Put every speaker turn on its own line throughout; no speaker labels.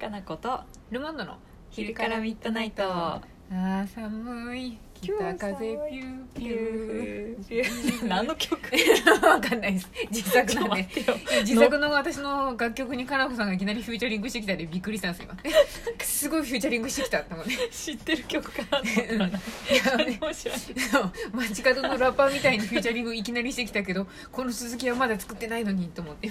かなこと
ルマンドの
昼からミッドナイト
あー寒い北風ピューピュー
何の曲
わかんないです自作なんで
ちょっと待ってよ
自作の私の楽曲にカラコさんがいきなりフューチャリングしてきたんでびっくりしたんです今すごいフューチャリングしてきた と思って
知ってる曲かなと思ったら何も知らない
街角のラッパーみたいにフューチャリングいきなりしてきたけどこの鈴木はまだ作ってないのにと思って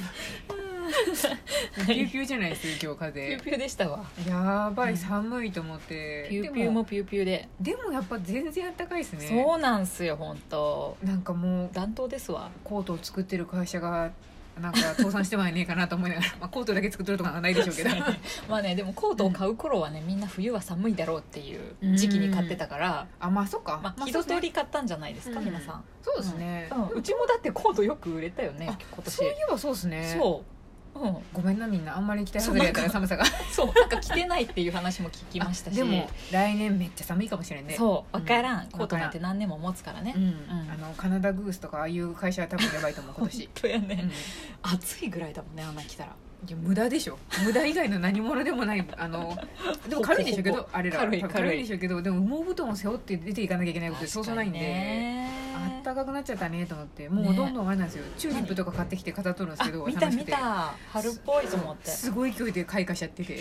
ピューピューじゃないです今日
ピュー
風
ピューでしたわ
やばい寒いと思って
ピューピューもピューピューで
でもでもやっぱ全然暖かいですね
そうなんすよ本当
なんかもう
暖冬ですわ
コートを作ってる会社がなんか倒産してまいねえかなと思いながら、 まあ、コートだけ作ってるとかはないでしょうけど
まあねでもコートを買う頃はねみんな冬は寒いだろうっていう時期に買ってたから
あまあそっか、
ま
ま
あ
あ
一通り買ったんじゃないですか
うん
皆さん
そうですね、
うんうちもだってコートよく売れたよね
あ
今年
そういえばそうですね
そううん
ごめんなみんなあんまり期待外れやから
そ
寒さが
そうなんか着てないっていう話も聞きましたし
でも来年めっちゃ寒いかもしれんね
そう分からん、
ん
コートなんて何年も持つからね、
うん、
ん
あのカナダグースとかああいう会社は多分やばいと思う今 年
本当やね、
うん
暑いぐらいだもんねあんな着たら
いや無駄でしょ無駄以外の何物でもないあのでも軽いんでしょうけ
ほ
ど
ぼ
あれらは
軽い
多分
軽い
軽いんでしょうけどでも羽毛布団を背負って出ていかなきゃいけないことってそうそうないんで、
確かにね
あったかくなっちゃったねと思ってもうどんどんあれなんですよ、チューリップとか買ってきて飾っとるんです
あ
けど
見た
楽し
見
くて
た春っぽいと思って
すごい勢いで開花しちゃっ てて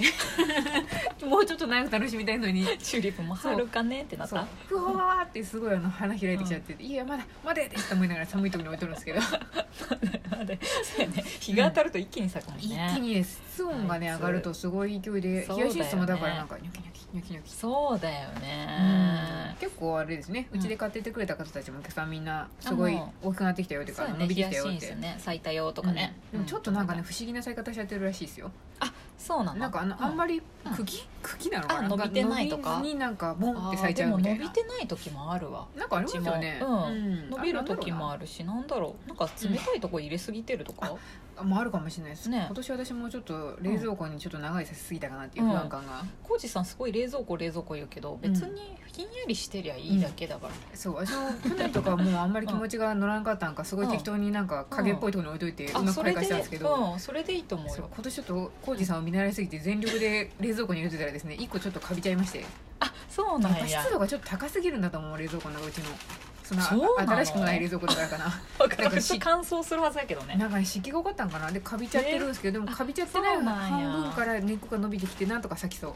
もうちょっと長く楽しみたいのに
チューリップも春かねってなっ
そう
た
ふわーってすごいあの花開いてきちゃってて、いやまだまだやでと思いながら寒いところに置いとるんですけ ど
で そうやね日が当たると一気に咲くもん
一
ね、
気に室温がね
はい
上がるとすごい勢いで
そうだよ
冷や
ね
し室もだからなんかニョキニョキニョキニョキ
そうだよ
うん
ね
結構あれですね
う
うんちで買っててくれた方たちもお客さんみんなすごい
あも
大きくなってきたよっていう
そう
か
や
伸
ね
び
冷
てき
やし
たよ
い
っ
です
て
よね咲いたよとかね、
うんでもちょっとなんかね
う
不思議な咲き方しちゃってるらしいですよ
そうなの
なんかあの、
う
あんまり茎、茎なのか
あ
な
伸びてないとか
伸びずになんかボンって咲いちゃ
あ
う
ー
み
で
た
も
い
伸びて
な
ない時もあるわ
なんかありますよね、
うん
うん
伸びる時も
あ
あるしなんだろうなんか冷たいとこ入れすぎてるとか、
あもうあるかもしれないです、
ね
今年私もちょっと冷蔵庫にちょっと長いさせすぎたかなっていう不安感が、
コージさんすごい冷蔵庫冷蔵庫言うけど別にひんやりしてりゃいいだけだから、
そう私も去年とかもうあんまり気持ちが乗らんかったんかすごい適当になんか影っぽいところに置いといてう
あ
まく
そ
開
れ
花
で
したんですけど、
うん、それでいいと思う
そう
よ
今年ちょっと浩二さんを見習いすぎて全力で冷蔵庫に入れてたらですね1個ちょっとかびちゃいまして
あそうな
やっぱ
んや
湿度がちょっと高すぎるんだと思う冷蔵庫の中うちのその
そうなの
新しくない冷蔵庫だからかな
わかる
なんかし
乾燥するはずやけどね
なんか湿気が多かったんかなでかびちゃってるんですけど、でもかびちゃってない
そうなんや
半分から根っこが伸びてきてなんとか咲きそう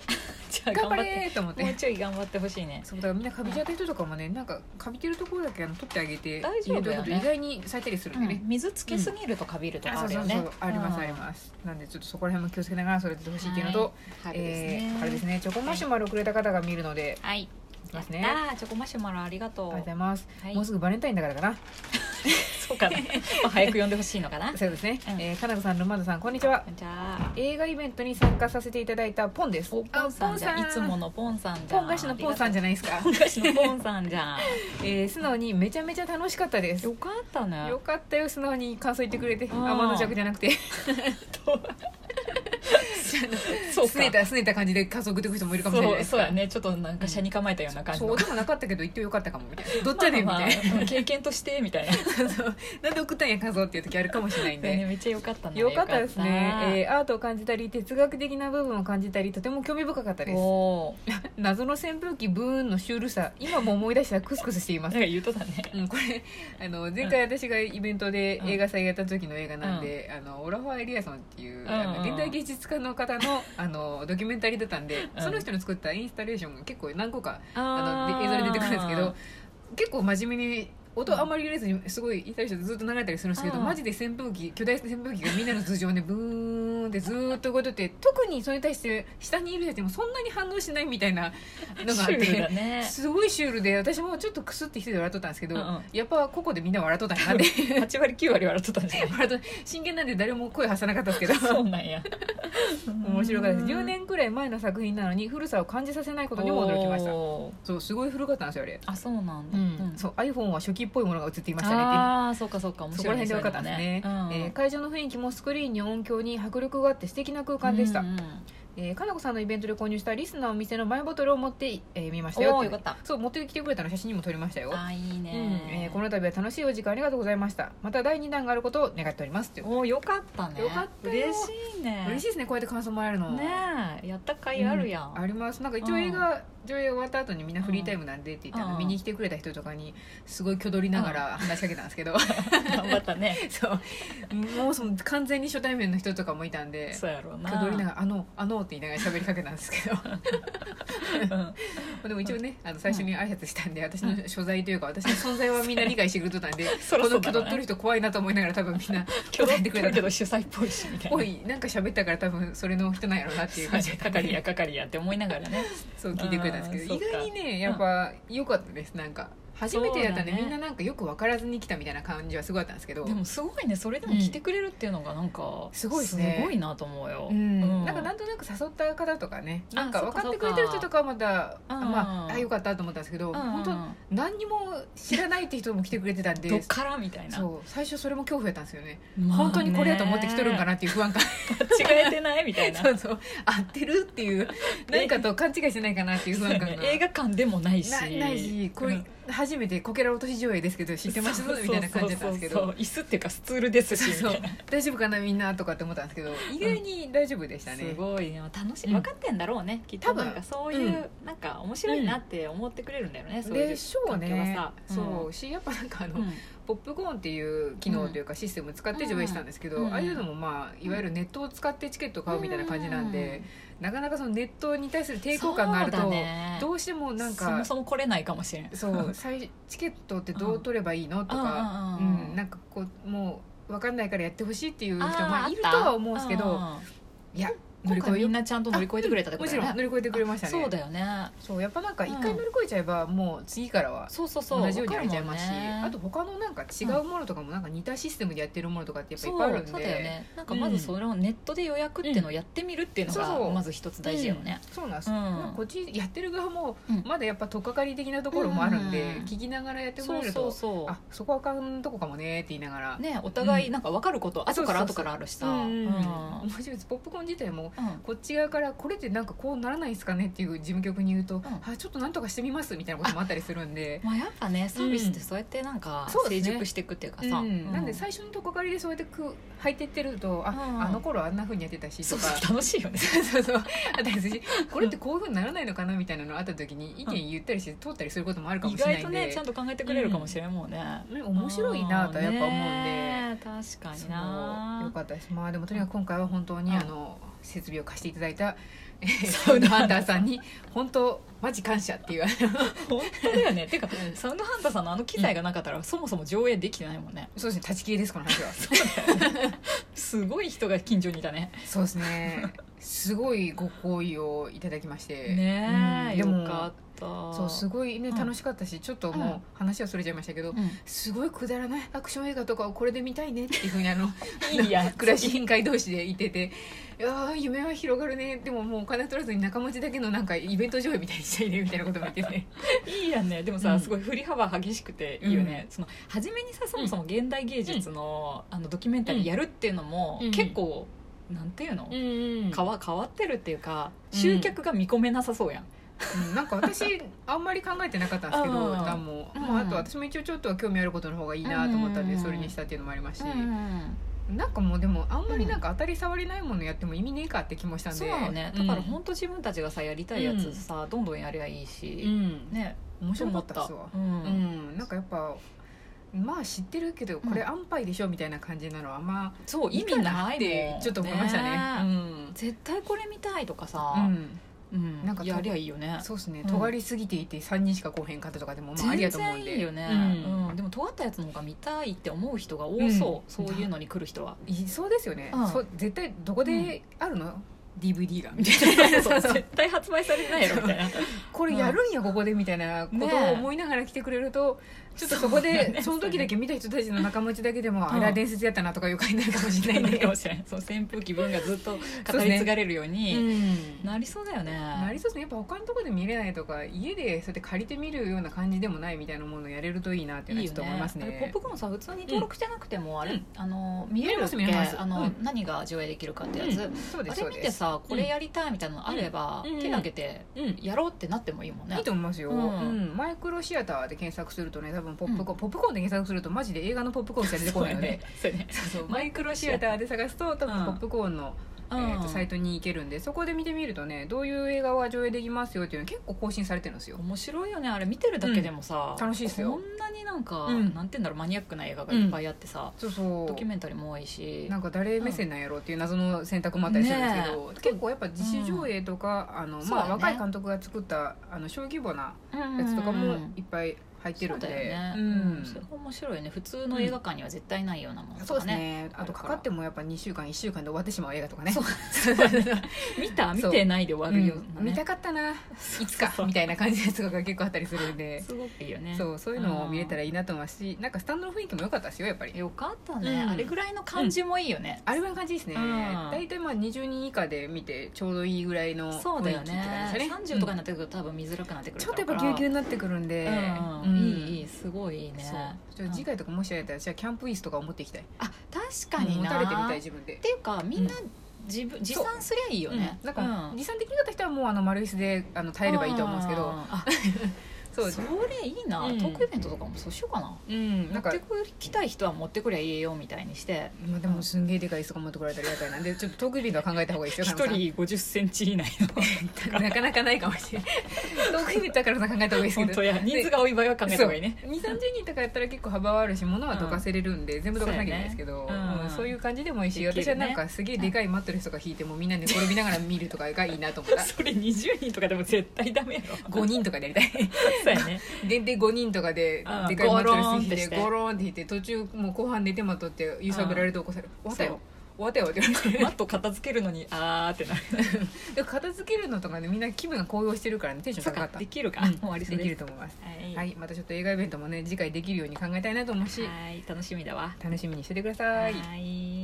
じゃあ
頑
頑張
張
っ
れーと思ってて
もうちょい頑張ってほしいね
そうだからみんなかびちゃった人とかもねなんかかびてるところだけあの取ってあげて
大丈夫だよね
入れとくと意外に咲いたりするんでね、
水つけすぎるとかびると
あ
か
そ
あ
う
る
そ
よ
うそう
ね、
ありますあり
す
ますなんでちょっとそこら辺も気をつけながらそれてほしいっていうのと、
春です
え
ね、
ーあれですねチョコマシュマロくれた方が見るので
はい
いきますね
やったーチョコマシュマロありがと
あ
う
りがとうございます、
はい
も うすぐバレンタインだからかな
そうかな、まあ、早く呼んでほしいの かな
そうですね、
うん
えーかなこさんルマンドさんこんにちは
じゃあ
映画イベントに参加させていただいたポンです
おポンさんじゃん
あ
いつものポンさんじゃん
ポン菓子のポンさんじゃ
ん
ないですか
ポン、菓子のポンさんじゃん
えー素直にめちゃめちゃ楽しかったです
よかったね
よかったよ素直に感想言ってくれて
ん
天の弱じゃなくて
そう
拗ねた拗ねた感じで感想送ってくる人もいるかもしれない
そう
です
そう
から
やねちょっとなんか車に構えたような感じの、
そうでもなかったけど言ってよかったかもみ たいなどっちやねんみ
まあ
たいな
まあ経験としてみたいな、
そうなんで送ったん や感想っていう時あるかもしれないんで、
ね、めっちゃよかったね
よかったですね、
よ
えーアートを感じたり哲学的な部分を感じたりとても興味深かった
かった
です
おー
謎の扇風機ブーンのシュールさ今も思い出したらクスクスしていま
なん
す
か言うとったね
うん、これあの前回私がイベントで
うん
映画祭やった時の映画なんで、あのオラファー・エリアソンっていう、
う
あ
んう
の
んうん
現代芸術家の方のあのドキュメンタリーだったんで、
うん
その人の作ったインスタレーションが結構何個かあ
あ
ので映像で出てくるんですけど結構真面目に音あんまり入れずにすごいインタレーションでずっと流れたりするんですけど、
うん
マジで扇風機巨大扇風機がみんなの頭上でブーンってずーっと動いてて特にそれに対して下にいる人たちもそんなに反応しないみたいなのがあっ
シュ ール
て
だ。ね
すごいシュールで私もちょっとクスって一人で笑っとったんですけど、
うんうん
やっぱここでみんな笑っとったんやなって
8割9割笑っとったんじゃない
笑っと真剣なんで誰も声発さなかったんですけ
そ
ど
うなんや
面白かったです10年くらい前の作品なのに古さを感じさせないことにも驚きました
おー
そうすごい古かったんですよあれ、
あそうなん
う
だ、
んそう iPhone は初期っぽいものが映っていましたねって
ああそうかそうか面
そこ
白
ら
い
辺
ね
で分かったんですね
そういうの
え
ね
ー会場の雰囲気もスクリーンに音響に迫力があって素敵な空間でした、
うんうん
えー、かなこさんのイベントで購入したリスナーお店のマイボトルを持って、えー、みました
お
よっ
お
て
よかった
そう持ってきてくれたの写真にも撮りましたよ、
あーいいね
うんえーこの度は楽しいお時間ありがとうございましたまた第2弾があることを願っておりますっていう
おーよかったね
よかったよ
嬉しいね
嬉しいですねこうやって感想もらえるの
ねえやった回あるやん、
ありますなんか一応
うん
映画上映終わった後にみんなフリータイムなんでって言って、あの
うん
見に来てくれた人とかにすごい挙取りながら話しかけたんです けど、
頑張ったね
そうもうその完全に初対面の人とかもいたんで
そうやろうな
挙取りながら「あのあの」って言いながら喋りかけたんで すけどま
うん
あでも一応ねあの最初に挨拶したんで私の所在というか私の存在はみんな理解してくれてたんで
そろ
こ
そ
の
ろだ
挙取って
な
る人怖いなと思いながら多分みんな
挙取って
く
くれ
れた
るけど主催っぽいしみたい
「
な
おいなんか喋ったから多分それの人なんやろうな」っていう感じだった
か
んで
かりやかかりやって思いながらね
そう聞いてくれたんですけど
あーそ
意
っか
外にねやっぱ良かったですなんか初めてやったんで、
そうだね
みんななんかよく分からずに来たみたいな感じはすごかったんですけど
でもすごいねそれでも来てくれるっていうのがなんか、
すごいですね
すごいなと思うよ、
うんなんかなんとなく誘った方とかね
あ
なんか分かってくれてる人とかはまた
そうかそうか
ま
う
あ
ん
あよかったと思ったんですけど、
うん
本当何にも知らないって人も来てくれてたん
ど
で
っからみたいな、
そう最初それも恐怖やったんですよね
まあね
本当にこれやと思って来とるんかなっていう不安感
間違えてないみたいな
そうそう合ってるっていう何かと勘違いしてないかなっていう不 安感が
映画館でもないし
なないしこれ、
うん
初めてこけら落とし上映ですけど知ってます
そうそうそう
みたいな感じだったんですけ
そうそ
ど
う椅子っていうかスツールですし
そう
みたいな
大丈夫かなみんなとかって思ったんですけど意外に大丈夫でしたね、
すごいね楽し
う
い
ん
分かってんだろうね、きっと
多分
なんかそういう、なんか面白いなって思ってくれるんだよね、そういう
でしょう
環
ね
境はさ
そうしやっぱなんかあの、
うん
ポップコーンっていう機能というかシステム使って上映したんですけど、
うん
ああいうのもまあいわゆるネットを使ってチケットを買うみたいな感じなんで、なかなかそのネットに対する抵抗感がある
そう
と、
だね
どうしてもなんか
そもそも来れないかもしれん
そう最チケットってどう取ればいいのとか、う
うんうんうん
ん、なんかこうもう分かんないからやってほしいっていう人
あー
まあ、
っ
いると
た
は思うんですけ
ん
ど
ん
いや乗
今
り越
回
え
み
よ
んなちゃんと乗り越えてくれたってこ
も
と
ち
だよね
ろん乗り越えてくれましたね
そうだよね
そうやっぱなんか
うん
一回乗り越えちゃえば、もう次からは
そうそうそう
同じようにやれちゃいます
わ
し、
かるもんね
あと他のなんか違うものとかもなんか似たシステムでやってるものとかってやっぱいっ
そう
ぱいあるんで
そうだよねなんかまずそれをネットで予約っていうのをやってみるっていうの
うんそうそ
が
う
まず一つ大事よね、
そうなんです、
うん
なんかこっちやってる側も
うん
まだやっぱ取っかかり的なところもあるんで、
うん
聞きながらやっても
そ
ら
う
える
そ
と
うそ
あそこはあかんとこかもねって言いながら、
うねお互いなんか分かること後から
そう
後
そうそう
からあるし
う
さ
んうんうん、
うん
面白いですポップコーン自体も
うん
こっち側からこれってなんかこうならないですかねっていう事務局に言うと、
ん
あちょっとなんとかしてみますみたいなこともあったりするんで。
まあやっぱねサービスってそうやってなんか
そうで
成
すね
熟していくっていうか
う
さ、
ん、なんで
さ
最初のとこかりでそうやってく入ってってるとあ,、
うん
あの頃あんなふうにやってたし
そ
と
う
か
そう楽しいよね
そうそうそうあったりするしこれってこういうふうにならないのかなみたいなのあった時に意見言ったりして通ったりすることもあるかも
意
しれ
外
ない
と
んで、
ねちゃんと考えてくれるかもしれんもんね、
ね面白いなとはやっぱ思うんで、
ね確か
そ
に
うよ
な
かったですまあでもとにかく今回は本当に、
うん
あの設備を貸していただいた、えーサ
サ
ウ
ウ
ンド
ナ
ハンターさんに本当マジ感謝っていう
本当だよねてか
うん
サウンドハンターさんのあの機材がなかったら、そもそも上映できてないもんね
そうですね断ち切りですこの 話は
すごい人が近所にいたね
そうですねすごいご好意をいただきまして
ねえ、
うんでも
よかった
そうすごいね
うん
楽しかったし、ちょっともう話はそれちゃいましたけど、
うん
すごいくだらないアクション映画とかをこれで見たいねっていうふう にあの
いいや
暮らし委員会同士で言ってて「いやー夢は広がるね」でももうお金取らずに仲間内だけのなんかイベント上映みたいにしたいねみたいなことも言ってて
いいやんねでもさ、
うん
すごい振り幅激しくていいよね、その初めにさそもそも現代芸術の,、あのドキュメンタリーやるっていうのも、
うん
結構なんて いうの、
ん
変わ変わってるっていうか集客が見込めなさそうやん、
うんなんか私あんまり考えてなかったんですけど
うん
何も、
うん
まあ、あと私も一応ちょっとは興味あることの方がいいなと思ったんで
うん
それにしたっていうのもあります
う
し、
ん
なんかもうでもあんまりなんか当たり障りないものやっても意味ねえかって気もしたんで
そうなのねだから
うん
本当自分たちがさやりたいやつさ、どんどんやりゃいいし、
ん
ね
面白かったっすわ
と思
う
ったうん
んなんかやっぱまあ知ってるけどこれ
うん
安牌でしょみたいな感じなのはあんま
そう意味ない
って
もん
ちょっと思いましたねうん
絶対これ見たいとかさ、
うん
うん
なんか
やりゃいいよね
そうですね
うん
尖りすぎていて3人しか来おへんかったとかでもまあありや
全
と思う
然
んで
いいよね、
うん
うんでも尖ったやつの方が見たいって思う人が多そう、
うん
そういうのに来る人は
いそうですよね、
うん
そう絶対どこであるの、DVD がみ
そ
た
う
い な
そう
そうそう
絶対発売されてないやろみたいな
これやるんやここでみたいなことを思いながら来てくれると、ちょっとそ
そ
こ
うだ
でそ,、
ね
の時だけ見た人たちの仲持ちだけでも、
ん
あれは伝説やったなとかいう回になるかもしれないね
かもしれないその扇風機分がずっと語り継がれ るように
うん
なりそうだよね
なりそうですねやっぱ他のところで見れないとか家でそうやって借りて見るような感じでもないみたいなものをやれるといいなっていうのはちょっと思いますね
あれポップコーンさ普通に登録してなくてもあれ、
うん
あの見れるっけ
見れます見れます
あの、
うん
何が上映できるかってや
うん
つ、
そうで
あ
す
れ
そう
見て
です、
さこれやりたいみたいなのあれば、
うん
手挙げて
うん
やろうってなってもいいもんね
いいと思いますよ、
う
うんんマイクロシアターで検索するとね多分ポップコーン、ポップコーンで検索するとマジで映画のポップコーンしか出てこないので
そうね
そうそう
マ
マ
イ
イ
ク
ク
ロ
ロ
シ
シ
ア
ア
タ
ターで探すと多
うん
分ポップコーンの、
うん
えーとサイトに行けるんでそこで見てみるとねどういう映画は上映できますよっていうの結構更新されてるんですよ
面白いよねあれ見てるだけでもさ、
うん楽しいですよ
こんなになんか、
うん
なんて言うんだろうマニアックな映画がいっぱいあってさ、
そうそ
ドキュ
う
メンタリーも多いし
なんか誰目線なんやろうっていう謎の選択もあったりするんですけど、
ねえ
結構やっぱ自主上映とか、あの
そうだ
まあ、
ね
若い監督が作ったあの小規模なやつとか
う
も
ん
いっぱい入って
そ
る
うん
で、
だよね、
うん
うんそれが面白いよね普通の映画館には絶対ないようなもの
そ
と
う
か
です
ね,、
ねあとかかってもやっぱ2週間1週間で終わってしまう映画とかね
そう見た見てないで終わるような
うん見
ね、
たかったないつかみたいな感じのやつとかが結構あったりするんで、
すごくいいよね
そうそういうのを見れた
ら
らいいなと思いますしなんかスタンドの雰囲気も良かったですよやっぱり
よかったね、
うん
あれぐらいの感じもいいよね、
あれぐらいの感じですね
うん
大体まあ20人以下で見てちょうどいいぐらいの
そうだ
雰囲
よ
気って感
ね
じでしたね
30とかに
うん
なってくると多分見づらくなってくる
ち
だ
ょっと
ろう
やっ
か
ぱ
ら
ぎゅうぎゅうになってくるんで、
う
うんん
いいいいすごいいいね
そうちょっと次
うん
回とかもしやれたらじゃあキャンプイースとか思っていきたい
あ確かに
持
な
たれてみたい
っ
自分で
ていうかみんな自分持参すりゃいいよね、
うん、だから、
うん
持参できなかった人はもうあの丸椅子であの耐えればいいと思うんですけど
あ
そう
それいいな、
うん
トークイベントとかもそうしようかな
うん
持っ
なんか
てきたい人は持ってくりゃいいよみたいにして
まあ、でもすんげえでかい椅子とか持ってこられたら嫌だなでちょっとトークイベントは考えた方がいいですよ金
5 0ンチ以内
子 さんなかなかないかもしれないトークイベントは金子さん考えた方がいいですけど
や人数が多い場合は考えた方がいいね
2 3 0人とかやったら結構幅はあるし物はどかせれるんで、全部どかさなきゃいけないですけど
そうやねうん
うんそういう感じでもいいし、
できるね
私はなんかすげえでかいマットレスとか引いてもみんなで転びながら見るとかがいいなと思った
それ20人とかでも絶対ダメやろ
5人とかでやり たい
そうやね
限定5人とかで
うん
でかいマット
ゴ
レス
ローンっ
引
て
い
してて
ゴローンって引いて途中もう後半寝てまとって揺さぶられて起こされる「終わったよ終わったよ」って言われて
マット片付けるのにあーってなる
で片付けるのとかねみんな気分が高揚してるからねテンション
そう
高か
か
った
できるか、
うん
もう終わりそう
で
です
きると思います
はい、
はいまたちょっと映画イベントもね次回できるように考えたいなと思うし
はい楽しみだわ
楽しみにしててください
はい